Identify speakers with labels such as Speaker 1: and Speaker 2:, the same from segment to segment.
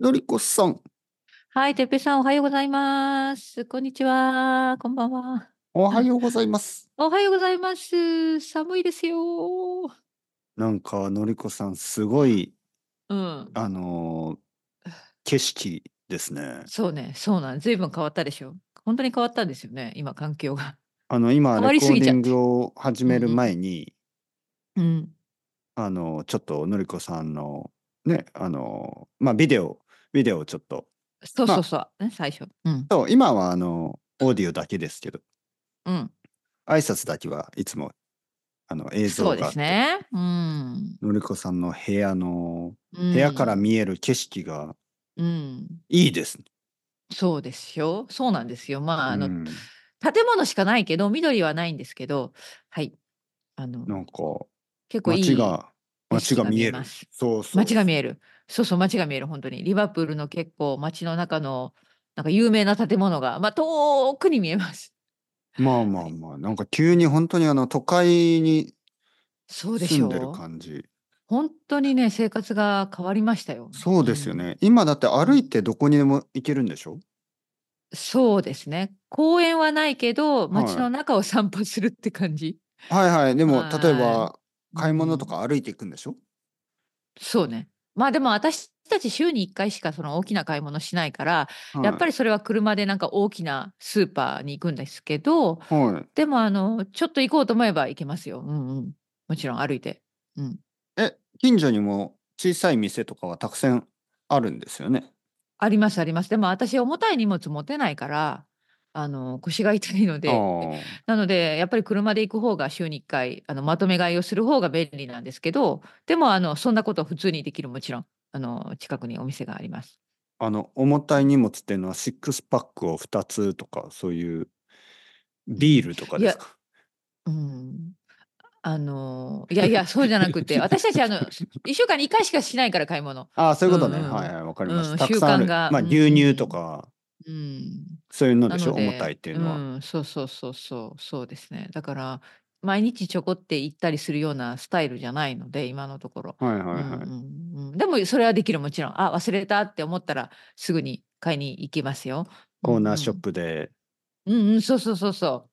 Speaker 1: のりこさん、
Speaker 2: はい、てっぺいさん、おはようございます。こんにちは。こんばんは。
Speaker 1: おはようございます。
Speaker 2: おはようございます。寒いですよ。
Speaker 1: なんか、のりこさん、すごい、
Speaker 2: うん。
Speaker 1: あのー景色ですね。
Speaker 2: そうね、そうなん。ずいぶん変わったでしょ。本当に変わったんですよね、今、環境が。
Speaker 1: あの、今、レ
Speaker 2: 変
Speaker 1: コ
Speaker 2: わりす
Speaker 1: ー
Speaker 2: ぎち
Speaker 1: デ
Speaker 2: ゃ
Speaker 1: ィ
Speaker 2: って
Speaker 1: ングを始める前に、
Speaker 2: うん。
Speaker 1: あの、ちょっとのりこさんの、ね、あの、まあ、ビデオ、ビデオをちょっと、
Speaker 2: そう
Speaker 1: まあ
Speaker 2: そうそう。ね、最初。うん。
Speaker 1: そう、今は、あの、オーディオだけですけど、
Speaker 2: うん。
Speaker 1: 挨拶だけはいつも、あの、映像が
Speaker 2: そ
Speaker 1: あ
Speaker 2: う
Speaker 1: って
Speaker 2: ですね。うん。
Speaker 1: のりこさんの部屋の、部
Speaker 2: 部
Speaker 1: 屋から。見える景色が
Speaker 2: うん。
Speaker 1: いいですね。
Speaker 2: そうですよ。そうなんですよ。まあ、あの、
Speaker 1: うん
Speaker 2: 建物しかないけど、緑はないんですけど、はい。あの、
Speaker 1: なんか、
Speaker 2: 結構いい。
Speaker 1: 街が、街
Speaker 2: 景色
Speaker 1: が
Speaker 2: が
Speaker 1: 見
Speaker 2: 見
Speaker 1: え
Speaker 2: え
Speaker 1: る
Speaker 2: ます。
Speaker 1: そうそう。
Speaker 2: 街が見える。そうそう、街が見える、本当に。リバプールの結構、街の中の、なんか有名な建物が、まあ、遠くに見えます。
Speaker 1: まあまあまあ、なんか急に本当にあの都会に
Speaker 2: そうでし
Speaker 1: 住
Speaker 2: ょ
Speaker 1: んでる
Speaker 2: う。
Speaker 1: 感じ。
Speaker 2: 本当にね、生活が変わりましたよ。
Speaker 1: そうですよ
Speaker 2: うん。
Speaker 1: ね。今だって歩いてどこにでも行けるんでしょ
Speaker 2: そうですね。公園はないけど、
Speaker 1: はい
Speaker 2: 街の中を散歩するって感じ。
Speaker 1: はいはい。でも、
Speaker 2: はーい
Speaker 1: 例えば、買い物と
Speaker 2: うん。
Speaker 1: か歩いていくんでしょ
Speaker 2: そうね。まあでも私たち週に1回しかその大きな買い物しないから、やっぱ
Speaker 1: り。
Speaker 2: りそれは車でなんか大きなスーパーに行くんですけど、
Speaker 1: はい。
Speaker 2: でもあのちょっと行こうと思えば行けますよ。うんうん。もちろん歩いて。うん。
Speaker 1: え、近所にも小さい店とかはたくさんあるんですよね。
Speaker 2: ありますあります。でも私重たい荷物持てないからあの腰が痛いの
Speaker 1: あ
Speaker 2: で
Speaker 1: ー
Speaker 2: なのでやっぱり車で行く方が週に1回あのまとめ買いをする方が便利なんですけどでもあのそんなことは普通にできるもちろんあの近くにお店があります。
Speaker 1: あの、重たい荷物っていうのは、シックスパックを2つとか、そういうビールとか
Speaker 2: い
Speaker 1: で
Speaker 2: や
Speaker 1: すか
Speaker 2: うんあのいやいやそうじゃな くて私たちあの1週間に1回しかしないから買い物。
Speaker 1: ああ、そういうことね。
Speaker 2: うんうん
Speaker 1: はいはい、わかりま
Speaker 2: う
Speaker 1: す。
Speaker 2: ん
Speaker 1: たくさんあ
Speaker 2: 習
Speaker 1: る。
Speaker 2: 慣が
Speaker 1: まあ、
Speaker 2: うん
Speaker 1: 牛乳とか、
Speaker 2: うん
Speaker 1: そういうの
Speaker 2: な
Speaker 1: でしょ
Speaker 2: の
Speaker 1: 重たい
Speaker 2: で、
Speaker 1: っていう
Speaker 2: う
Speaker 1: のは。
Speaker 2: ん、そうそうそうそうそうですね。だから毎日ちょこって行ったりするようなスタイルじゃないので今のところ。
Speaker 1: はいは
Speaker 2: う
Speaker 1: い
Speaker 2: ん
Speaker 1: は
Speaker 2: う
Speaker 1: い。
Speaker 2: んうん、でもそれはできるもちろん。あ忘れたって思ったらすぐに買いに行きますよ。う
Speaker 1: コー
Speaker 2: ん
Speaker 1: ナ
Speaker 2: う
Speaker 1: ーショッ
Speaker 2: ん、
Speaker 1: プで、
Speaker 2: うんうん、そうそうそうそう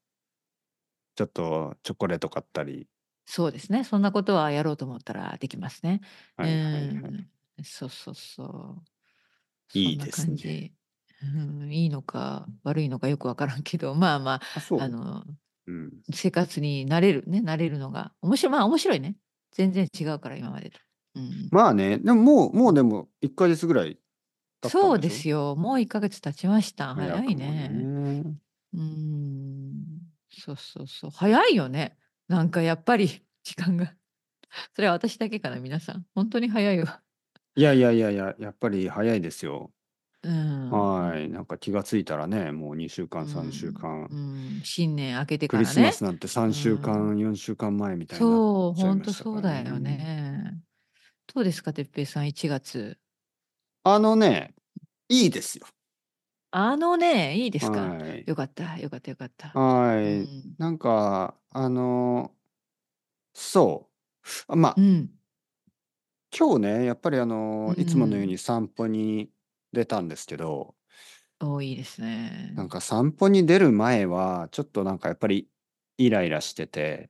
Speaker 1: ちょっとチョコレート買ったり。
Speaker 2: そうですね。そんなことはやろうと思ったらできますね。う
Speaker 1: はいはいはい。
Speaker 2: ん、そうそうそう。そ
Speaker 1: いい
Speaker 2: んな
Speaker 1: です
Speaker 2: 感
Speaker 1: ね。
Speaker 2: じ。うん、いいのか悪いのかよくわからんけど、まあま
Speaker 1: あ、そ
Speaker 2: あ、あ
Speaker 1: う。
Speaker 2: の、
Speaker 1: うん。
Speaker 2: 生活に慣れるね慣れるのが面白いまあ面白いね全然違うから今までと、うん、
Speaker 1: まあね、でももう、もうでも、1ヶ月ぐらい経ったん
Speaker 2: そう
Speaker 1: で
Speaker 2: で
Speaker 1: し
Speaker 2: すよもう1ヶ月経ちまし
Speaker 1: ょ
Speaker 2: た
Speaker 1: 早
Speaker 2: 早
Speaker 1: く
Speaker 2: い
Speaker 1: も
Speaker 2: ね
Speaker 1: ね。
Speaker 2: うんそうそうそう早いよねなんかやっぱり時間がそれは私だけかな皆さん本当に早いわ
Speaker 1: いやいやいやいや、やっぱり早いですよ。
Speaker 2: うん
Speaker 1: はい。なんか気がついたらね、もう2週
Speaker 2: う
Speaker 1: 間、3週
Speaker 2: ん、
Speaker 1: 間。
Speaker 2: うん、新年明けて
Speaker 1: ク
Speaker 2: か
Speaker 1: リ
Speaker 2: ら
Speaker 1: スマ
Speaker 2: ね
Speaker 1: スなんて3週
Speaker 2: うん
Speaker 1: 間、4週間前みたいになっ
Speaker 2: そう
Speaker 1: ちゃい
Speaker 2: 本
Speaker 1: ま
Speaker 2: 当
Speaker 1: した
Speaker 2: そ
Speaker 1: か
Speaker 2: う
Speaker 1: ら
Speaker 2: だ
Speaker 1: ね。
Speaker 2: よねどうですか哲平さん1月
Speaker 1: あのね、いいですよ。
Speaker 2: あのねいいですか
Speaker 1: はい。
Speaker 2: よかったよかったよかった
Speaker 1: は
Speaker 2: う
Speaker 1: い。
Speaker 2: ん、
Speaker 1: なんか、あの、そう。あま
Speaker 2: う
Speaker 1: あ、
Speaker 2: ん、
Speaker 1: 今日ね、やっぱりあ
Speaker 2: う、
Speaker 1: の、いつものようんに散歩に出たんですけど、
Speaker 2: 多いですね。
Speaker 1: なんか散歩に出る前は、ちょっとなんかやっぱりイライラしてて、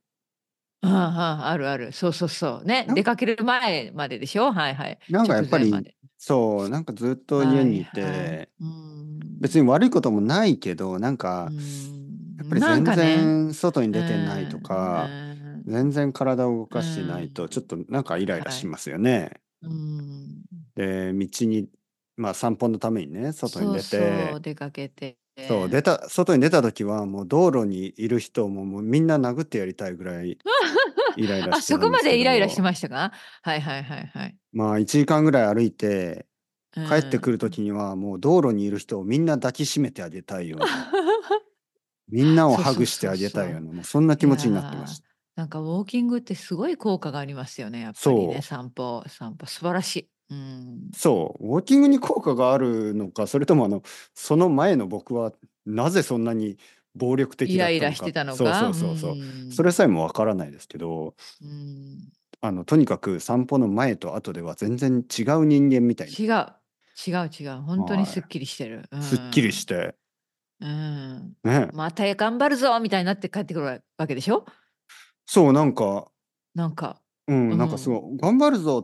Speaker 2: ああ、あるある、そうそうそう、ね、
Speaker 1: なん
Speaker 2: 出かける前まででしょはいはい、
Speaker 1: なんかやっ
Speaker 2: 直
Speaker 1: ぱ
Speaker 2: 前ま
Speaker 1: り、
Speaker 2: で。
Speaker 1: そう、なんかずっと家
Speaker 2: は
Speaker 1: に
Speaker 2: い
Speaker 1: い
Speaker 2: はい、
Speaker 1: て、
Speaker 2: うん、
Speaker 1: 別に悪いこともないけど、なん
Speaker 2: う
Speaker 1: か、やっぱ
Speaker 2: ん、
Speaker 1: り
Speaker 2: な
Speaker 1: 全
Speaker 2: んかね、
Speaker 1: 然外に
Speaker 2: う
Speaker 1: 出て
Speaker 2: ん、
Speaker 1: ないとか、
Speaker 2: う
Speaker 1: 全然体を動
Speaker 2: ん、う
Speaker 1: かしてないと、ちょっ
Speaker 2: ん、
Speaker 1: となんかイライラ
Speaker 2: は
Speaker 1: し
Speaker 2: い、
Speaker 1: ますよね。
Speaker 2: うん、
Speaker 1: で、道に、まあ散歩のためにね、外に
Speaker 2: そう
Speaker 1: 出
Speaker 2: そう、
Speaker 1: て、
Speaker 2: 出かけて、
Speaker 1: そう、出た、外に出た時はもう道路にいる人ももうみんな殴ってやりたいぐら いイライラ
Speaker 2: あ、
Speaker 1: してた
Speaker 2: そこ
Speaker 1: んで
Speaker 2: ます
Speaker 1: け
Speaker 2: でイライラして
Speaker 1: ど、
Speaker 2: ましたかはいはいはいはい。
Speaker 1: まあ1時間ぐらい歩いて、
Speaker 2: う
Speaker 1: 帰ってく
Speaker 2: ん、
Speaker 1: る時にはもう道路にいる人をみんな抱きしめてあげたいよ うな、みんなを
Speaker 2: そう
Speaker 1: ハ
Speaker 2: そ
Speaker 1: グ
Speaker 2: う
Speaker 1: して
Speaker 2: そう
Speaker 1: あげた
Speaker 2: そ
Speaker 1: いよう
Speaker 2: う。
Speaker 1: な、もうそんない気持ちになってま
Speaker 2: や
Speaker 1: し
Speaker 2: ー
Speaker 1: た。
Speaker 2: なんかウォーキングってすごい効果がありますよね、やっぱりね、
Speaker 1: そ
Speaker 2: 散歩、散歩、素晴らしい。うん。
Speaker 1: う、そう、ウォーキングに効果があるのか、それともあの、その前の僕はなぜそんなに暴力
Speaker 2: イ
Speaker 1: 的だ
Speaker 2: ラ
Speaker 1: っ
Speaker 2: イ
Speaker 1: た
Speaker 2: ラ
Speaker 1: の
Speaker 2: して
Speaker 1: か、
Speaker 2: たの
Speaker 1: そうそ
Speaker 2: が、
Speaker 1: う
Speaker 2: う
Speaker 1: そうそう、それ
Speaker 2: ん。
Speaker 1: さえもわからないですけど、
Speaker 2: うん。
Speaker 1: あの、とにかく散歩の前と後では全然違う人間みたいな。
Speaker 2: 違う。違う違う本当にすっきりしてる、うん
Speaker 1: すっきりして、
Speaker 2: うん
Speaker 1: ね、
Speaker 2: また頑張るぞみたいになって帰ってくるわけでしょ
Speaker 1: そうなんか、
Speaker 2: なんか
Speaker 1: うん
Speaker 2: うん
Speaker 1: なんかすごい頑張るぞ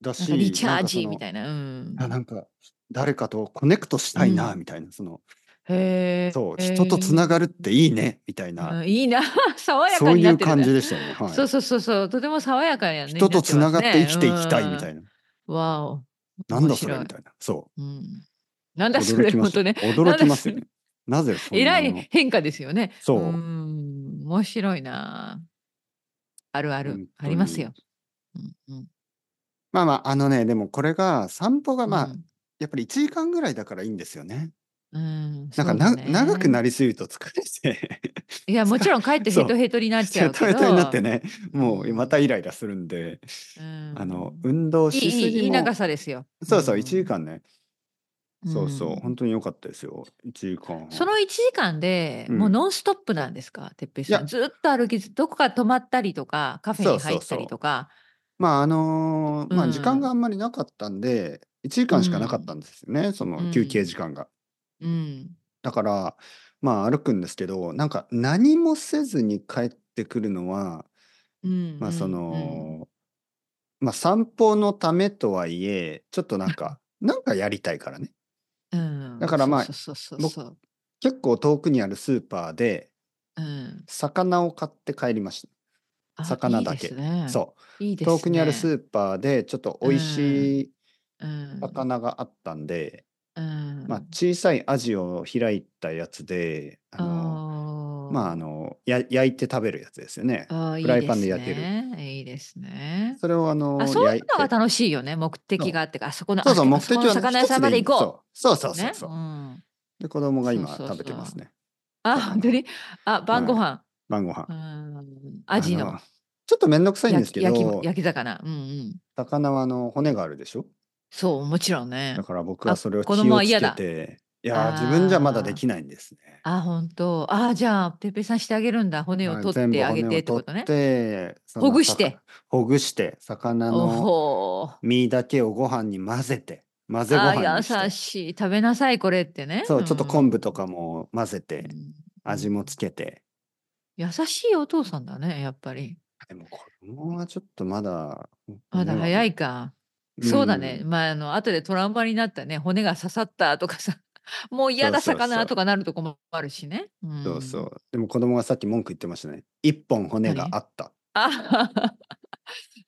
Speaker 1: だ
Speaker 2: なん
Speaker 1: し
Speaker 2: かリチャージみ
Speaker 1: い
Speaker 2: たいなうん
Speaker 1: ななんかそのあなんか誰かとコネクトしたいな
Speaker 2: う
Speaker 1: みたいなその
Speaker 2: へえ
Speaker 1: そう人とつながるっていいねみたいな、
Speaker 2: うんいいな 爽や
Speaker 1: そ
Speaker 2: か
Speaker 1: う
Speaker 2: に
Speaker 1: い
Speaker 2: なっ
Speaker 1: う
Speaker 2: てる
Speaker 1: 感
Speaker 2: ね
Speaker 1: じでしたよね、はい
Speaker 2: そうそうそうそうとても爽やかやね
Speaker 1: 人とつながって生きていきたいみた
Speaker 2: なって
Speaker 1: いな、
Speaker 2: ますねうんわお
Speaker 1: なんだそれ
Speaker 2: 面白い
Speaker 1: みたいなそう
Speaker 2: うんなんだそ
Speaker 1: 驚
Speaker 2: れ
Speaker 1: きま
Speaker 2: 本
Speaker 1: した
Speaker 2: 当ね
Speaker 1: 驚きますよ ねなぜそん
Speaker 2: え
Speaker 1: な
Speaker 2: ら
Speaker 1: の
Speaker 2: い変化ですよね
Speaker 1: そう
Speaker 2: ーん面白いなあるあ
Speaker 1: 本
Speaker 2: る
Speaker 1: 当
Speaker 2: あります
Speaker 1: に
Speaker 2: ようんうん
Speaker 1: まあまああのねでもこれが散歩がまあ、
Speaker 2: うん
Speaker 1: やっぱり1時間ぐらいだからいいんですよね
Speaker 2: うん、
Speaker 1: なんかな、
Speaker 2: そうね
Speaker 1: 長くなりすぎると疲れて
Speaker 2: いやもちろん帰って
Speaker 1: そう
Speaker 2: ヘトヘトになっちゃう
Speaker 1: ヘト
Speaker 2: けど
Speaker 1: ヘトになってねも
Speaker 2: う
Speaker 1: うんまたイライラするんで、
Speaker 2: うん
Speaker 1: あの運動
Speaker 2: い
Speaker 1: し
Speaker 2: い
Speaker 1: す
Speaker 2: いいい
Speaker 1: ぎ
Speaker 2: い
Speaker 1: も
Speaker 2: 長さですよ
Speaker 1: そうそう1
Speaker 2: ん
Speaker 1: 時間ね、そうそうん本当に良かったですよ1時間
Speaker 2: その1時間で
Speaker 1: うん
Speaker 2: もうノンストップなんですか、てっぺいさ
Speaker 1: いや
Speaker 2: んずっと歩きずどこか止まったりとかカフェに入ったりとか
Speaker 1: まああのーまあ時
Speaker 2: う
Speaker 1: 間
Speaker 2: ん
Speaker 1: があんまりなかったんで、1時間しかなかったんですよね、その休憩時間が。
Speaker 2: うん
Speaker 1: だからまあ歩くんですけどなんか何もせずに帰ってくるのは
Speaker 2: うん
Speaker 1: まあそ
Speaker 2: うんうん
Speaker 1: の、まあ散歩のためとはいえちょっとなん かなんかやりたいからね
Speaker 2: うん
Speaker 1: だからまあ
Speaker 2: そうそうそうそうそう
Speaker 1: 結構遠くにあるスーパーで
Speaker 2: うん
Speaker 1: 魚を買って帰りまし
Speaker 2: あ
Speaker 1: 魚だけ
Speaker 2: いいですね、
Speaker 1: そう
Speaker 2: いいですね
Speaker 1: う遠くにあるスーパーでちょっと美味しい
Speaker 2: うん
Speaker 1: 魚があったんで、
Speaker 2: うん
Speaker 1: まあ、小さいアジを開いたやつで、あの
Speaker 2: の
Speaker 1: まああのや焼いて食べるやつですよね。
Speaker 2: あー
Speaker 1: フライパンで焼ける
Speaker 2: る。いいですね。
Speaker 1: それをあの
Speaker 2: あそう
Speaker 1: 焼
Speaker 2: いう
Speaker 1: いて
Speaker 2: のが楽しいよね。目的があってか、あそこの
Speaker 1: そうそう
Speaker 2: あ
Speaker 1: 目
Speaker 2: あそ
Speaker 1: 的
Speaker 2: こ
Speaker 1: は
Speaker 2: の魚屋さんまで行こ
Speaker 1: こう。そうそう
Speaker 2: う。
Speaker 1: そう
Speaker 2: ね
Speaker 1: そう。
Speaker 2: うん、あ
Speaker 1: で子供が今
Speaker 2: そうそうそう
Speaker 1: 食べてますね。
Speaker 2: 本当にあ晩ご飯、
Speaker 1: 晩ご飯。
Speaker 2: うん、アジ
Speaker 1: あ
Speaker 2: の
Speaker 1: ちょっとめんどくさいんで
Speaker 2: 焼
Speaker 1: すけ
Speaker 2: き焼き
Speaker 1: ど
Speaker 2: も、焼き魚。うんうん。
Speaker 1: 魚はあの骨があるでしょ。
Speaker 2: そうもちろんね
Speaker 1: だ。から僕は
Speaker 2: あ
Speaker 1: それを気
Speaker 2: 子
Speaker 1: を
Speaker 2: 供は
Speaker 1: つ
Speaker 2: 嫌
Speaker 1: け
Speaker 2: だ
Speaker 1: て、いやー自分じゃまだできないんですね。
Speaker 2: あ本当。あじゃあペペさんしてあげるんだ。骨を
Speaker 1: はい
Speaker 2: 取
Speaker 1: 全部
Speaker 2: ってあげてってこ
Speaker 1: 骨を
Speaker 2: とね。
Speaker 1: 取ってその
Speaker 2: ほぐして
Speaker 1: 魚ほぐして魚
Speaker 2: お
Speaker 1: の
Speaker 2: ほ
Speaker 1: 身だけをご飯に混ぜて混ぜご
Speaker 2: あ
Speaker 1: 飯にして
Speaker 2: 優しい食べなさいこれってね。
Speaker 1: そうちょっと
Speaker 2: ん
Speaker 1: 昆布とかも混ぜて
Speaker 2: うん
Speaker 1: 味もつけて
Speaker 2: 優しいお父さんだねやっぱり。
Speaker 1: でも子供はちょっとまだ
Speaker 2: まだ
Speaker 1: ね
Speaker 2: 早いか。そうだね。まあ、あの、後でトラウマになったね、骨が刺さったとかさ、 もう嫌だ
Speaker 1: そうそうそう
Speaker 2: 魚とかなるとこもあるしね。
Speaker 1: うんそうそ
Speaker 2: ん。
Speaker 1: うでも子供がさっき文句言ってましたね一本骨があった
Speaker 2: あ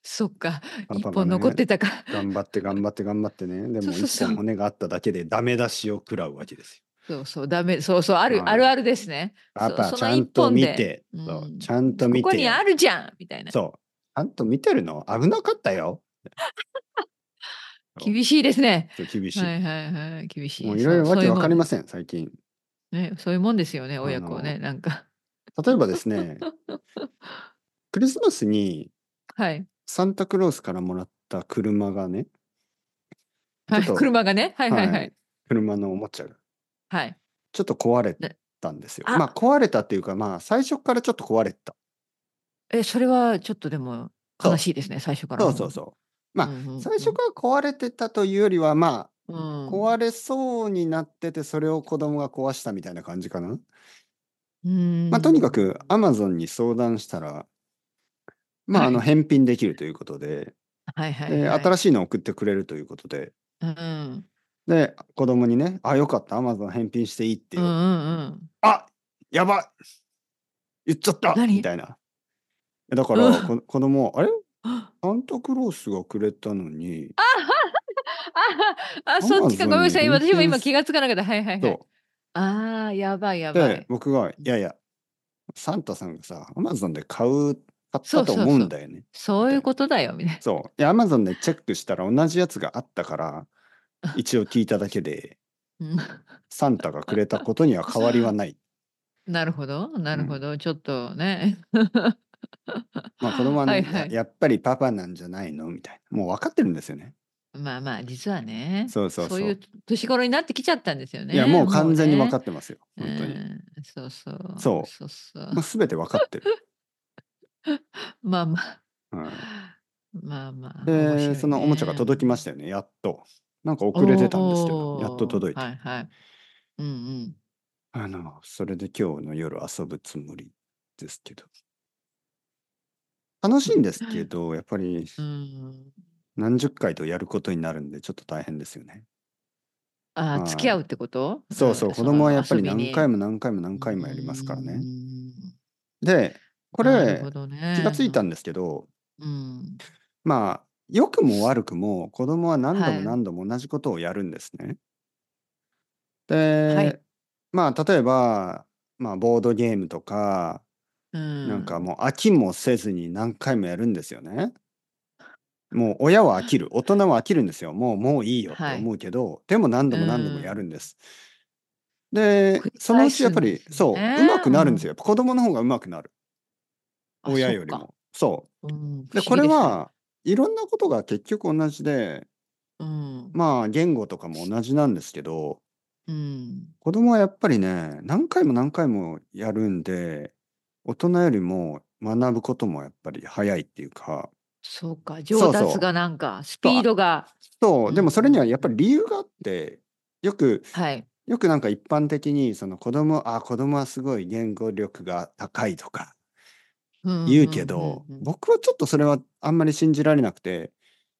Speaker 2: そっか。
Speaker 1: パ
Speaker 2: 一
Speaker 1: パが
Speaker 2: 本残っ
Speaker 1: ね
Speaker 2: てたか。
Speaker 1: 頑張って頑張って頑張ってねで
Speaker 2: そう
Speaker 1: も
Speaker 2: そう
Speaker 1: 一
Speaker 2: そう
Speaker 1: 本骨があっただけでダメ出しを食らうわけですよ
Speaker 2: そうそう、ダメ。そうそう、ある、
Speaker 1: はい
Speaker 2: あるあるですね。
Speaker 1: パ
Speaker 2: そう
Speaker 1: パ
Speaker 2: その
Speaker 1: ちゃんと見て
Speaker 2: 一本で
Speaker 1: そう
Speaker 2: うん
Speaker 1: ちゃんと見て
Speaker 2: ここにあるじゃんみたいな。
Speaker 1: そうちゃんと見てるの危なかったよそう
Speaker 2: 厳しいですね。
Speaker 1: ちょっと厳しい、
Speaker 2: はいはいはい。厳しい。
Speaker 1: もういろいろ
Speaker 2: そう
Speaker 1: わけわかりま
Speaker 2: そ
Speaker 1: せん最近
Speaker 2: ういうもんね。そういうもんですよね、親子は
Speaker 1: あ
Speaker 2: ね。なんか。
Speaker 1: 例えばです ねクリスマスに
Speaker 2: はい。
Speaker 1: サンタクロースからもらった車がね、
Speaker 2: は
Speaker 1: ちょ
Speaker 2: い。
Speaker 1: っと
Speaker 2: 車がね。はいはいは
Speaker 1: はいい。車のおもちゃが
Speaker 2: はい。
Speaker 1: ちょっと壊れ
Speaker 2: ね
Speaker 1: たんですよ。
Speaker 2: あ
Speaker 1: まあ壊れたっていうかまあ最初からちょっと壊れてた。
Speaker 2: え、それはちょっとでも
Speaker 1: そう
Speaker 2: 悲しいですね、最初から。
Speaker 1: そうそうそう。まあ
Speaker 2: うんうんうん
Speaker 1: 最初から壊れてたというよりはま
Speaker 2: う
Speaker 1: あ
Speaker 2: ん
Speaker 1: 壊れそうになっててそれを子供が壊したみたいな感じかな。
Speaker 2: うん
Speaker 1: まあとにかく Amazon に相談したらまああの
Speaker 2: は
Speaker 1: 返品できるということで、
Speaker 2: はいはい
Speaker 1: で
Speaker 2: はい、
Speaker 1: 新しいのを送ってくれるということで。
Speaker 2: うん
Speaker 1: で子供にね「あよかった Amazon 返品していい」って
Speaker 2: う
Speaker 1: い
Speaker 2: んう
Speaker 1: う、
Speaker 2: んうん
Speaker 1: あやばい言っちゃった
Speaker 2: 何
Speaker 1: みたいな。だから、
Speaker 2: うん
Speaker 1: こ子供はあれ
Speaker 2: あ
Speaker 1: サンタクロースがくれたのに、
Speaker 2: ああそっちか
Speaker 1: Amazon
Speaker 2: ごめんなさい
Speaker 1: に
Speaker 2: 私
Speaker 1: 返
Speaker 2: も
Speaker 1: 品
Speaker 2: 今
Speaker 1: す
Speaker 2: 気がつかなかったはいはいはい
Speaker 1: そ
Speaker 2: あーやばいや
Speaker 1: う。
Speaker 2: ば
Speaker 1: で
Speaker 2: い、
Speaker 1: 僕が、いやいや、サンタさんがさ、アマゾンで買う、買ったと
Speaker 2: そうそうそう
Speaker 1: 思うんだよね。
Speaker 2: そういうことだよみたい
Speaker 1: そういや、アマゾンでチェックしたら同じやつがあった から、一応聞いただけで、
Speaker 2: なうん
Speaker 1: サンタがくれたことには変わりはない。
Speaker 2: なるほどなるほど、ちょっとね
Speaker 1: まあ子供はね、
Speaker 2: はいは
Speaker 1: や
Speaker 2: い
Speaker 1: やっぱりパパなんじゃないのみたいな。もう分かってるんですよね。
Speaker 2: まあまあ実はね
Speaker 1: そうそうそう。
Speaker 2: いう年頃になってきちゃったんですよね
Speaker 1: いや、もう完全に分
Speaker 2: 分
Speaker 1: か
Speaker 2: っ
Speaker 1: ってますよ。本当に。
Speaker 2: そうそう
Speaker 1: そう
Speaker 2: そうそう
Speaker 1: もう全て分かってる。
Speaker 2: まあまあ
Speaker 1: うん
Speaker 2: まあまあ。面白い
Speaker 1: で、そのおもちゃが届きま
Speaker 2: ね
Speaker 1: したよね、やっと。なんか遅れてたんですけど、やっと届いて、
Speaker 2: はいはい。うんうん。
Speaker 1: あの、それで今日の夜遊ぶつもりですけど。楽しいんですけど、やっぱり
Speaker 2: うん、
Speaker 1: 何十回とやることになるんで、ちょっと大変ですよね。
Speaker 2: あ
Speaker 1: は
Speaker 2: あ、
Speaker 1: い
Speaker 2: 付き合うってこと
Speaker 1: そうそう、子供はやっぱり何回
Speaker 2: も
Speaker 1: も何回も何回もやりますからね。
Speaker 2: うん。
Speaker 1: で、こ
Speaker 2: なる
Speaker 1: れ
Speaker 2: ほ、どね、
Speaker 1: 気がついたんですけど、
Speaker 2: うん。
Speaker 1: まあ、良くも悪くも子供は何度
Speaker 2: は
Speaker 1: も
Speaker 2: い
Speaker 1: 何度も同じことをやるんですね。
Speaker 2: は
Speaker 1: で
Speaker 2: い、
Speaker 1: まあ、例えば、まあ、ボードゲームとか、
Speaker 2: うん。
Speaker 1: なんかもう飽きもせずに何回もやるんですよね。もう親は飽きる、大人は飽きるんですよ。もうもういいよって
Speaker 2: はい
Speaker 1: 思うけど、でも何度も何度も
Speaker 2: うん
Speaker 1: やるんです。で
Speaker 2: 繰り、
Speaker 1: そのうちやっぱ
Speaker 2: 返すん
Speaker 1: り、
Speaker 2: ですね
Speaker 1: そう、うまくなるんです
Speaker 2: うん
Speaker 1: よ。やっぱ子供の方がうまくなる。
Speaker 2: あ
Speaker 1: 親より。
Speaker 2: そっか
Speaker 1: も。そう。
Speaker 2: うん、
Speaker 1: で
Speaker 2: 不思議
Speaker 1: これ、
Speaker 2: す
Speaker 1: はいろんなことが結局同じで
Speaker 2: うん。
Speaker 1: まあ言語とかも同じなんですけど
Speaker 2: うん。
Speaker 1: 子供はやっぱりね何回も何回もやるんで大人よりも学ぶこともやっぱり早いっていうか
Speaker 2: そうか、
Speaker 1: そう
Speaker 2: 上達がなんか、スピードが、
Speaker 1: そうでもそれにはやっぱ
Speaker 2: う
Speaker 1: り理由があってよく
Speaker 2: はい。
Speaker 1: よくなんか一般的にその子供あ子供はすごい言語力が高いとか言うけど
Speaker 2: うんうんうんうん
Speaker 1: 僕はちょっとそれはあんまり信じられなくて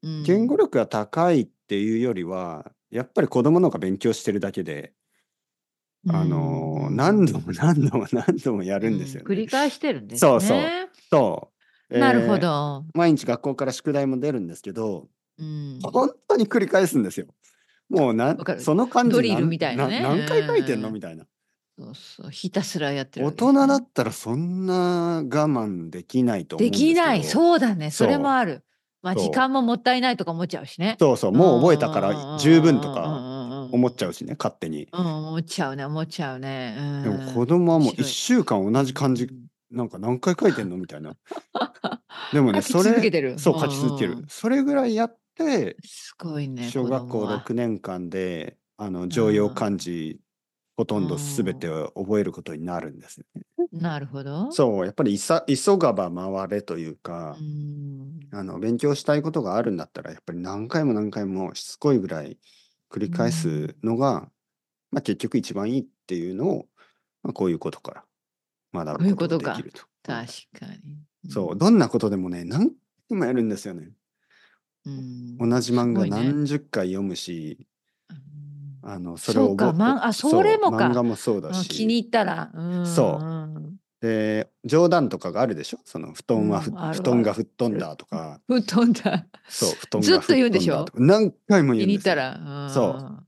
Speaker 2: うん
Speaker 1: 言語力が高いっていうよりはやっぱり子供の方が勉強してるだけで、あのー何度も何度も何度もやるんですよ
Speaker 2: うん
Speaker 1: ね。
Speaker 2: 繰り返してるんですね。
Speaker 1: そうそうそう
Speaker 2: なるほ。
Speaker 1: えー
Speaker 2: ど。
Speaker 1: 毎日学校から宿題も出るんですけど
Speaker 2: うん。
Speaker 1: 本当に繰り返すんですよ。もうな
Speaker 2: わかる
Speaker 1: その感じ
Speaker 2: ドリ
Speaker 1: 何
Speaker 2: ルみたいなね
Speaker 1: 何回書いてんの
Speaker 2: うん
Speaker 1: みたいな。
Speaker 2: そうそうひたすらやって
Speaker 1: 大
Speaker 2: るわけですね、
Speaker 1: 人だったらそんな我慢できないと思うん
Speaker 2: で
Speaker 1: ですけど。
Speaker 2: きない。そうだね。それ
Speaker 1: そう
Speaker 2: もある。まあ
Speaker 1: そう
Speaker 2: 時間ももったいないとか思っちゃうしね。
Speaker 1: そうそうもう覚えたか
Speaker 2: うんうんうんうん
Speaker 1: ら十分とか
Speaker 2: か
Speaker 1: 思っちゃ
Speaker 2: う
Speaker 1: うしね勝手に。
Speaker 2: んうんうんうん。うん思っちゃうね思っちゃうね。うん
Speaker 1: でも子供はもう
Speaker 2: 面白
Speaker 1: 1
Speaker 2: い
Speaker 1: 週間同じ漢字
Speaker 2: うん
Speaker 1: なんか何回書いてんのみたい な。でもね、
Speaker 2: 書き
Speaker 1: それ、
Speaker 2: 続けてる
Speaker 1: そう、書き続け
Speaker 2: うんう
Speaker 1: る
Speaker 2: ん。
Speaker 1: それぐらいやって、
Speaker 2: すごいね。
Speaker 1: 小学校
Speaker 2: 子供は
Speaker 1: 6年間で、あの、常用漢字、ほとんどすべてを覚えることになるんですよね。
Speaker 2: なるほど。
Speaker 1: そう、やっぱりいさ急がば回れというか、
Speaker 2: ん
Speaker 1: あの、勉強したいことがあるんだったら、やっぱり何回も何回もしつこいぐらい繰り返すのが、まあ結局一番いいっていうのを、まあ、こういうことから学
Speaker 2: こうい
Speaker 1: ぶ
Speaker 2: う
Speaker 1: こ
Speaker 2: ことと
Speaker 1: が
Speaker 2: か
Speaker 1: できると。
Speaker 2: 確かに。
Speaker 1: そう、どんなことでもね、何回もやるんですよね。
Speaker 2: うん。
Speaker 1: 同じ漫画
Speaker 2: すごいね
Speaker 1: 何十回読むし、
Speaker 2: うん
Speaker 1: あの、それを
Speaker 2: そうか
Speaker 1: 覚
Speaker 2: まんあそれもか
Speaker 1: 漫画もそうだ
Speaker 2: うん
Speaker 1: し。
Speaker 2: 気に入ったら。うん
Speaker 1: そ
Speaker 2: うん。
Speaker 1: で、冗談とかがあるでしょその、布団はふ、
Speaker 2: うんあるある
Speaker 1: 布団が吹っ飛んだとか、
Speaker 2: ぶっ飛んだ。
Speaker 1: そう、布団
Speaker 2: ずっ
Speaker 1: が
Speaker 2: と言うんでし
Speaker 1: 吹っ飛だ
Speaker 2: ょ
Speaker 1: とか何回も言
Speaker 2: 気
Speaker 1: うん
Speaker 2: に
Speaker 1: で
Speaker 2: 入っ
Speaker 1: すよ
Speaker 2: た。ら。
Speaker 1: そ
Speaker 2: うん
Speaker 1: う。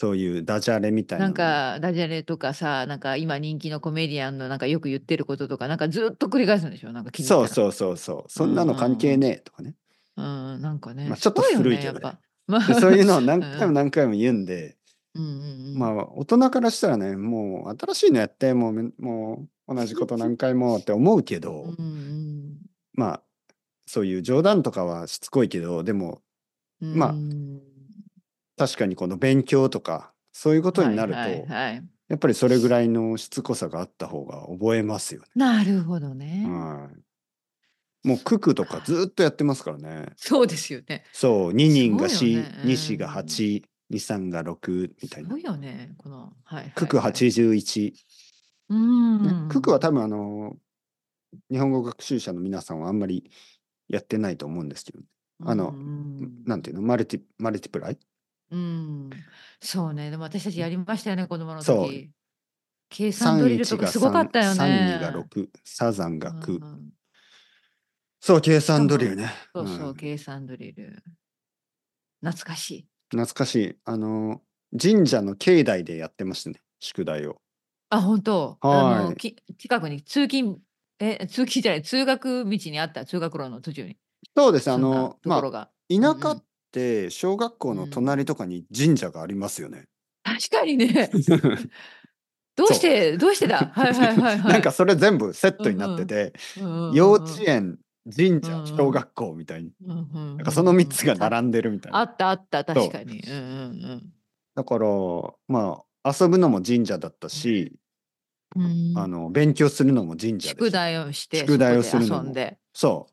Speaker 1: そういうダジャレみたいな
Speaker 2: な
Speaker 1: の
Speaker 2: ん
Speaker 1: も。
Speaker 2: かダジャレとかさなんか今人気のコメディアンのなんかよく言ってることとかなんかずっと繰り返すんでしょなんか気に入
Speaker 1: そう
Speaker 2: ったら
Speaker 1: そうそうそう。そんなの関係ねえとかね。
Speaker 2: う、ん、なんかね、
Speaker 1: まあちょっと
Speaker 2: すご
Speaker 1: 古い
Speaker 2: よね
Speaker 1: けど
Speaker 2: やっ
Speaker 1: ね
Speaker 2: ぱま
Speaker 1: で
Speaker 2: あ
Speaker 1: そういうのを何回
Speaker 2: う
Speaker 1: も
Speaker 2: ん
Speaker 1: 何回も言うんで、
Speaker 2: うんうんうん
Speaker 1: まあ大人からしたらねもう新しいのやってもうめんもう同じこと何回もって思うけど、
Speaker 2: うんうん
Speaker 1: まあそういう冗談とかはしつこいけどでも
Speaker 2: うん
Speaker 1: まあ
Speaker 2: うん
Speaker 1: 確かにこの勉強とかそういうことになると、
Speaker 2: はいはいはい
Speaker 1: やっぱりそれぐらいのしつこさがあった方が覚えますよね。
Speaker 2: なるほどね、
Speaker 1: はいもう九九とかずっとやってますからね。
Speaker 2: そうですよね
Speaker 1: そう2人が
Speaker 2: すごいよね
Speaker 1: 4、2子が
Speaker 2: うん
Speaker 1: 8、2、3が6みた
Speaker 2: す
Speaker 1: い
Speaker 2: ご
Speaker 1: な。
Speaker 2: いよねこのはいはい
Speaker 1: 九九81。
Speaker 2: うん
Speaker 1: ね九九は多分あの日本語学習者の皆さんはあんまりやってないと思うんですけど、あの
Speaker 2: うん
Speaker 1: なんていうのマルティマルティプライ
Speaker 2: うんそうねでも私たちやりましたよね子供の時
Speaker 1: そう
Speaker 2: 計算ドリルとかすごかったよね
Speaker 1: 32が6サザンが9、
Speaker 2: うんうん
Speaker 1: そう計算ドリルね
Speaker 2: そうそう、
Speaker 1: うん
Speaker 2: 計算ドリル。懐かしい。
Speaker 1: 懐かしいあの神社の境内でやってましたね宿題を
Speaker 2: あ、本当。あ
Speaker 1: は
Speaker 2: の
Speaker 1: い
Speaker 2: き近くに通勤、え、通勤じゃない、通学道にあった、通学路の途中に。
Speaker 1: そうですね
Speaker 2: そ
Speaker 1: あ
Speaker 2: んな
Speaker 1: の
Speaker 2: とこ
Speaker 1: ま
Speaker 2: ろ
Speaker 1: あ
Speaker 2: が。
Speaker 1: 田
Speaker 2: う
Speaker 1: 舎
Speaker 2: んうん
Speaker 1: って小学校の隣とかに神社がありますよね、
Speaker 2: 確か にね。どうして、どうしてだ。はいはいはい、はい。
Speaker 1: なんかそれ全部セットになってて、
Speaker 2: うんうんうんうん、
Speaker 1: 幼稚園神社
Speaker 2: うんうん
Speaker 1: 小学校みたいに
Speaker 2: うんうんうんうん。
Speaker 1: なんかその3つが並んでるみたい
Speaker 2: ああ
Speaker 1: な。
Speaker 2: ったあった、
Speaker 1: う
Speaker 2: 確かに。うんうん
Speaker 1: だからまあ遊ぶのも神社だったし、
Speaker 2: うん。うん
Speaker 1: あの勉強するのも神社で
Speaker 2: 宿題をして、
Speaker 1: 宿題をするのも
Speaker 2: そこで遊んで。
Speaker 1: そ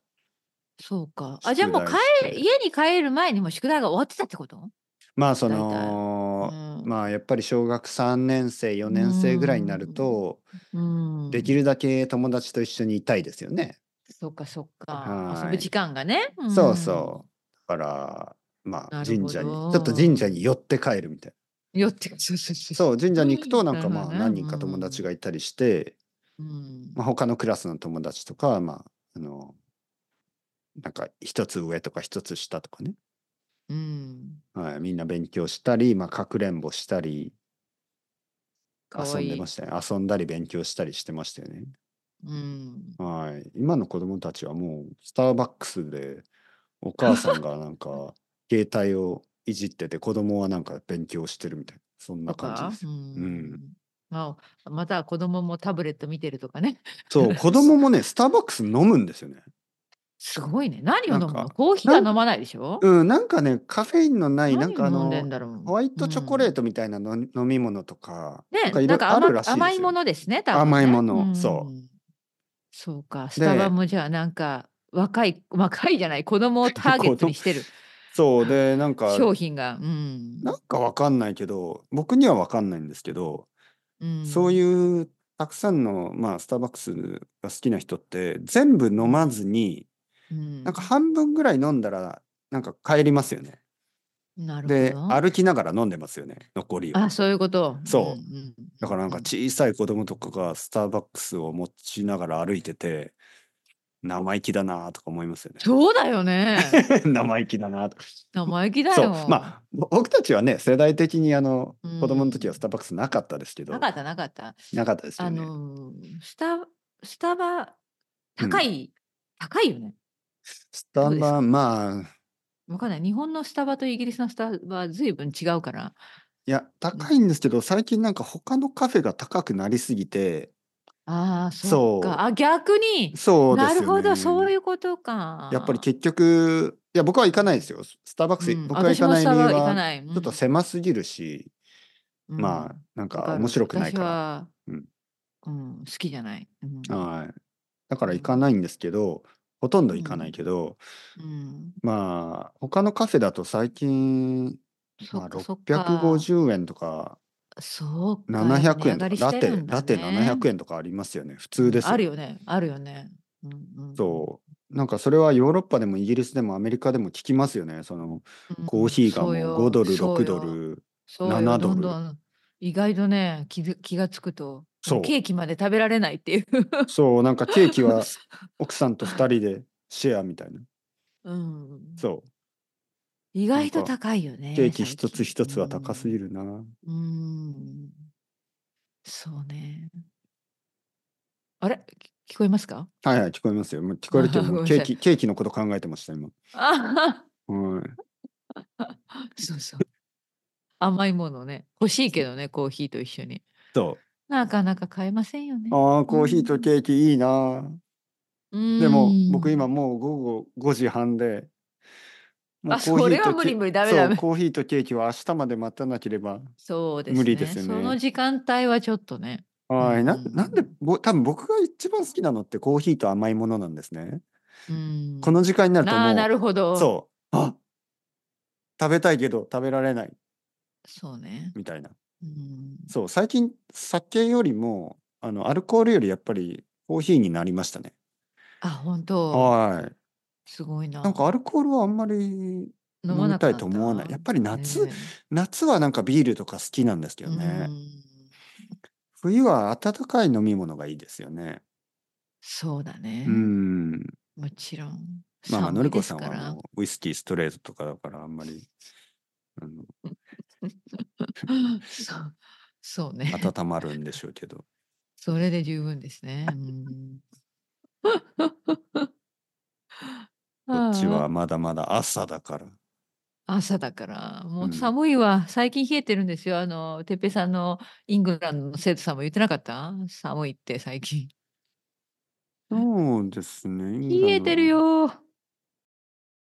Speaker 2: そうか。あ、じゃあもう
Speaker 1: 宿
Speaker 2: 帰
Speaker 1: 題して
Speaker 2: 家に帰る前にもう宿題が終わってたってこと
Speaker 1: まあそ
Speaker 2: 大体
Speaker 1: の、
Speaker 2: うん
Speaker 1: まあやっぱり小学3年生4年生ぐらいになると、
Speaker 2: うん
Speaker 1: できるだけ友達と一緒にいたいですよね。
Speaker 2: そうかそう
Speaker 1: は
Speaker 2: か
Speaker 1: い。
Speaker 2: 遊ぶ時間がね。
Speaker 1: そうそう。だからまあ
Speaker 2: なるほ
Speaker 1: 神
Speaker 2: ど
Speaker 1: 社にちょっと神社に寄って帰るみたい
Speaker 2: うん。よってそうそうそう
Speaker 1: な。そう神社に行く
Speaker 2: う
Speaker 1: と
Speaker 2: ん
Speaker 1: なんか
Speaker 2: なる
Speaker 1: ま
Speaker 2: ほど
Speaker 1: あ
Speaker 2: ね
Speaker 1: 何人か友達がいたりして、
Speaker 2: うん
Speaker 1: まあ、他のクラスの友達とかまああのなんか一つ上とか一つ下とかね、
Speaker 2: うん。
Speaker 1: はい、みんな勉強したり、まあ、かくれんぼしたり
Speaker 2: か
Speaker 1: 遊
Speaker 2: わ
Speaker 1: ん
Speaker 2: い
Speaker 1: で
Speaker 2: い
Speaker 1: ま。したよ遊んだり勉強したりしてましたよね。
Speaker 2: うん。
Speaker 1: はい、今の子供たちはもうスターバックスでお母さんがなんか 携帯をいじってて子供はなんか勉強してるみたいなそんな
Speaker 2: と
Speaker 1: 感じ
Speaker 2: か
Speaker 1: です。
Speaker 2: う
Speaker 1: よ。
Speaker 2: ん。まあ、また子供もタブレット見てるとかね。
Speaker 1: そう子供もねスターバックス飲むんですよね。
Speaker 2: すごいね。何を飲
Speaker 1: な
Speaker 2: む
Speaker 1: ん
Speaker 2: の
Speaker 1: か
Speaker 2: コーヒーは飲まないでしょ
Speaker 1: うんなんかねカフェインのないなんかあ
Speaker 2: 何を飲んで
Speaker 1: の
Speaker 2: んだろう
Speaker 1: ホワイトチョコレー
Speaker 2: ト。
Speaker 1: トみたいなの、飲み物とか
Speaker 2: ね、
Speaker 1: い
Speaker 2: な
Speaker 1: ろ
Speaker 2: ん
Speaker 1: いろ
Speaker 2: か
Speaker 1: あるらし
Speaker 2: 甘
Speaker 1: いですよ。
Speaker 2: 甘いものですね、多分ね
Speaker 1: 甘いものそう
Speaker 2: うん。そうか、スタバもじゃあなんか若い、若いじゃない、子供をターゲットにしてる
Speaker 1: そうでなんか
Speaker 2: 商品が。うん
Speaker 1: なんかわかんないけど僕にはわかんないんですけど
Speaker 2: うん、
Speaker 1: そう
Speaker 2: う。
Speaker 1: いうたくさんの、まあ、スターバックスが好きな人って全部飲まずに
Speaker 2: な
Speaker 1: なんか半分ぐらい飲んだらなんか帰りますよね。
Speaker 2: なる
Speaker 1: で
Speaker 2: ほど
Speaker 1: 歩きながら飲んでますよね残りを。
Speaker 2: あ、そういうこと。
Speaker 1: そう
Speaker 2: うんうん
Speaker 1: だからなんか小さい子供とかがスターバックスを持ちながら歩いてて生意気だなとか思いますよ ね。
Speaker 2: そうだよ ね。
Speaker 1: 生意気だなとか。
Speaker 2: 生意気だよ。
Speaker 1: そうまあぼ僕たちはね世代的にあの
Speaker 2: うん
Speaker 1: 子供の時はスターバックスなかったですけど、
Speaker 2: なかったなかった。
Speaker 1: なかったですよ
Speaker 2: あ
Speaker 1: ね。
Speaker 2: のー、スタスタバ高い、高いよね。
Speaker 1: スタ
Speaker 2: どうです
Speaker 1: バまあ
Speaker 2: わかんない。日本のスタバとイギリスのスタバは随分違うから。
Speaker 1: いや、高いんですけど、最近なんか他のカフェが高くなりすぎて、
Speaker 2: ああ、
Speaker 1: そ
Speaker 2: そううか。あ、逆に。
Speaker 1: そうですよ
Speaker 2: な
Speaker 1: ね。。
Speaker 2: るほど、そういううことか。
Speaker 1: やっぱり結局、いや、僕は行かないですよ。ススターバックス、
Speaker 2: うん
Speaker 1: 僕は行かない
Speaker 2: 私
Speaker 1: 理
Speaker 2: も
Speaker 1: 由
Speaker 2: スタバ行か
Speaker 1: は、
Speaker 2: ない。
Speaker 1: ちょっと狭すぎるし、まあ、なん
Speaker 2: あ
Speaker 1: か面白くないから。
Speaker 2: ら。私は、うん、好きじゃない。うん
Speaker 1: はい。だから行かないんですけど、ほとんど行かないけど、
Speaker 2: うん
Speaker 1: まあ、他のカフェだと最近、
Speaker 2: そ
Speaker 1: ま
Speaker 2: っ
Speaker 1: あ、
Speaker 2: かそっか。
Speaker 1: 650円とか、
Speaker 2: そうか。
Speaker 1: 700円
Speaker 2: 値上がり
Speaker 1: と
Speaker 2: し
Speaker 1: か、
Speaker 2: て
Speaker 1: ラ
Speaker 2: る
Speaker 1: テ、
Speaker 2: んだ
Speaker 1: ラテ700
Speaker 2: ね。
Speaker 1: 円とかありますよね。普通ですよ
Speaker 2: あ
Speaker 1: ね
Speaker 2: るよね。あるよね。うんうん
Speaker 1: そう。なんかそれはヨーロッパでもイギリスでもアメリカでも聞きますよね。その
Speaker 2: うん
Speaker 1: コーヒーがもう
Speaker 2: そうよ
Speaker 1: 5ドル、
Speaker 2: そう
Speaker 1: 6
Speaker 2: よ
Speaker 1: ドル。
Speaker 2: そうよ
Speaker 1: 7ドル
Speaker 2: どんどん意外とね気づ気がつくと
Speaker 1: そう
Speaker 2: ケーキまで食べられないっていう。
Speaker 1: そう、なんかケーキは奥さんと2人でシェアみたいな。
Speaker 2: うん、
Speaker 1: そ
Speaker 2: 意外と
Speaker 1: なんか
Speaker 2: 高いよね。
Speaker 1: う。ケーキ
Speaker 2: 最
Speaker 1: 一つ
Speaker 2: 近
Speaker 1: 一つは高すぎるな。
Speaker 2: うん。うんそうね。あれき聞こえます か
Speaker 1: はいはい、聞こえますよ。もう聞こえるけど、
Speaker 2: あ
Speaker 1: も
Speaker 2: ごめ
Speaker 1: うん
Speaker 2: なさ
Speaker 1: ケ
Speaker 2: い
Speaker 1: ーキ、ケーキのこと考えてました、今。
Speaker 2: あ
Speaker 1: はい。
Speaker 2: そうそう。甘いものね。欲しいけどね、コーヒーと一緒に。
Speaker 1: そ
Speaker 2: なかなか買えませんよね
Speaker 1: う。。ああ、コーヒーとケーキいいな。で
Speaker 2: で
Speaker 1: も、僕今もう午後5時半で、もう
Speaker 2: あ
Speaker 1: コーヒー
Speaker 2: それは
Speaker 1: と
Speaker 2: 無
Speaker 1: ケ
Speaker 2: 理無理ダメダ
Speaker 1: そ
Speaker 2: メ
Speaker 1: うコーヒーとケーキは明日まで待たなければ。
Speaker 2: そうですね。
Speaker 1: 無理ですよね
Speaker 2: その時間帯はちょっとね。
Speaker 1: はい、な
Speaker 2: うん
Speaker 1: なんでぼ多分僕が一番好きなのってコーヒーと甘いものなんですね。
Speaker 2: うん、
Speaker 1: この時間になると
Speaker 2: な
Speaker 1: も
Speaker 2: あ
Speaker 1: う
Speaker 2: なるほど。
Speaker 1: そうあ食べたいけど食べられない
Speaker 2: そうね。
Speaker 1: みたいな
Speaker 2: うん、
Speaker 1: そう最近酒よりもあのアルコールよりやっぱりコーヒーになりましたね。
Speaker 2: あ、本当。
Speaker 1: はい
Speaker 2: すごいな。
Speaker 1: なんかアルコールはあんまり
Speaker 2: 飲
Speaker 1: 飲みたいと
Speaker 2: なく
Speaker 1: 思わ
Speaker 2: っ
Speaker 1: ない
Speaker 2: た
Speaker 1: やっぱり夏、
Speaker 2: ね
Speaker 1: 夏はなんかビールとか好きなんですけどね、
Speaker 2: うん
Speaker 1: 冬は温かい飲み物がいいですよね。
Speaker 2: そうだね。
Speaker 1: うん
Speaker 2: もちろん。
Speaker 1: まあまあ、の
Speaker 2: 寒
Speaker 1: り
Speaker 2: いで
Speaker 1: こ
Speaker 2: す
Speaker 1: さん
Speaker 2: か
Speaker 1: は
Speaker 2: ら
Speaker 1: もうウイスキーストレートとかだからあんまりあの
Speaker 2: そうそうね。
Speaker 1: 温まるんでしょうけど。
Speaker 2: それで十分ですね。うん、
Speaker 1: こっち
Speaker 2: あ
Speaker 1: は
Speaker 2: あ
Speaker 1: まだまだ朝だから。
Speaker 2: 朝だからも
Speaker 1: うん
Speaker 2: う寒いわ、最近冷えてるんですよあのてっぺいさんのイングランドの生徒さんも言ってなかった寒いって最近
Speaker 1: そうですね。イングランド
Speaker 2: 冷えてる。よ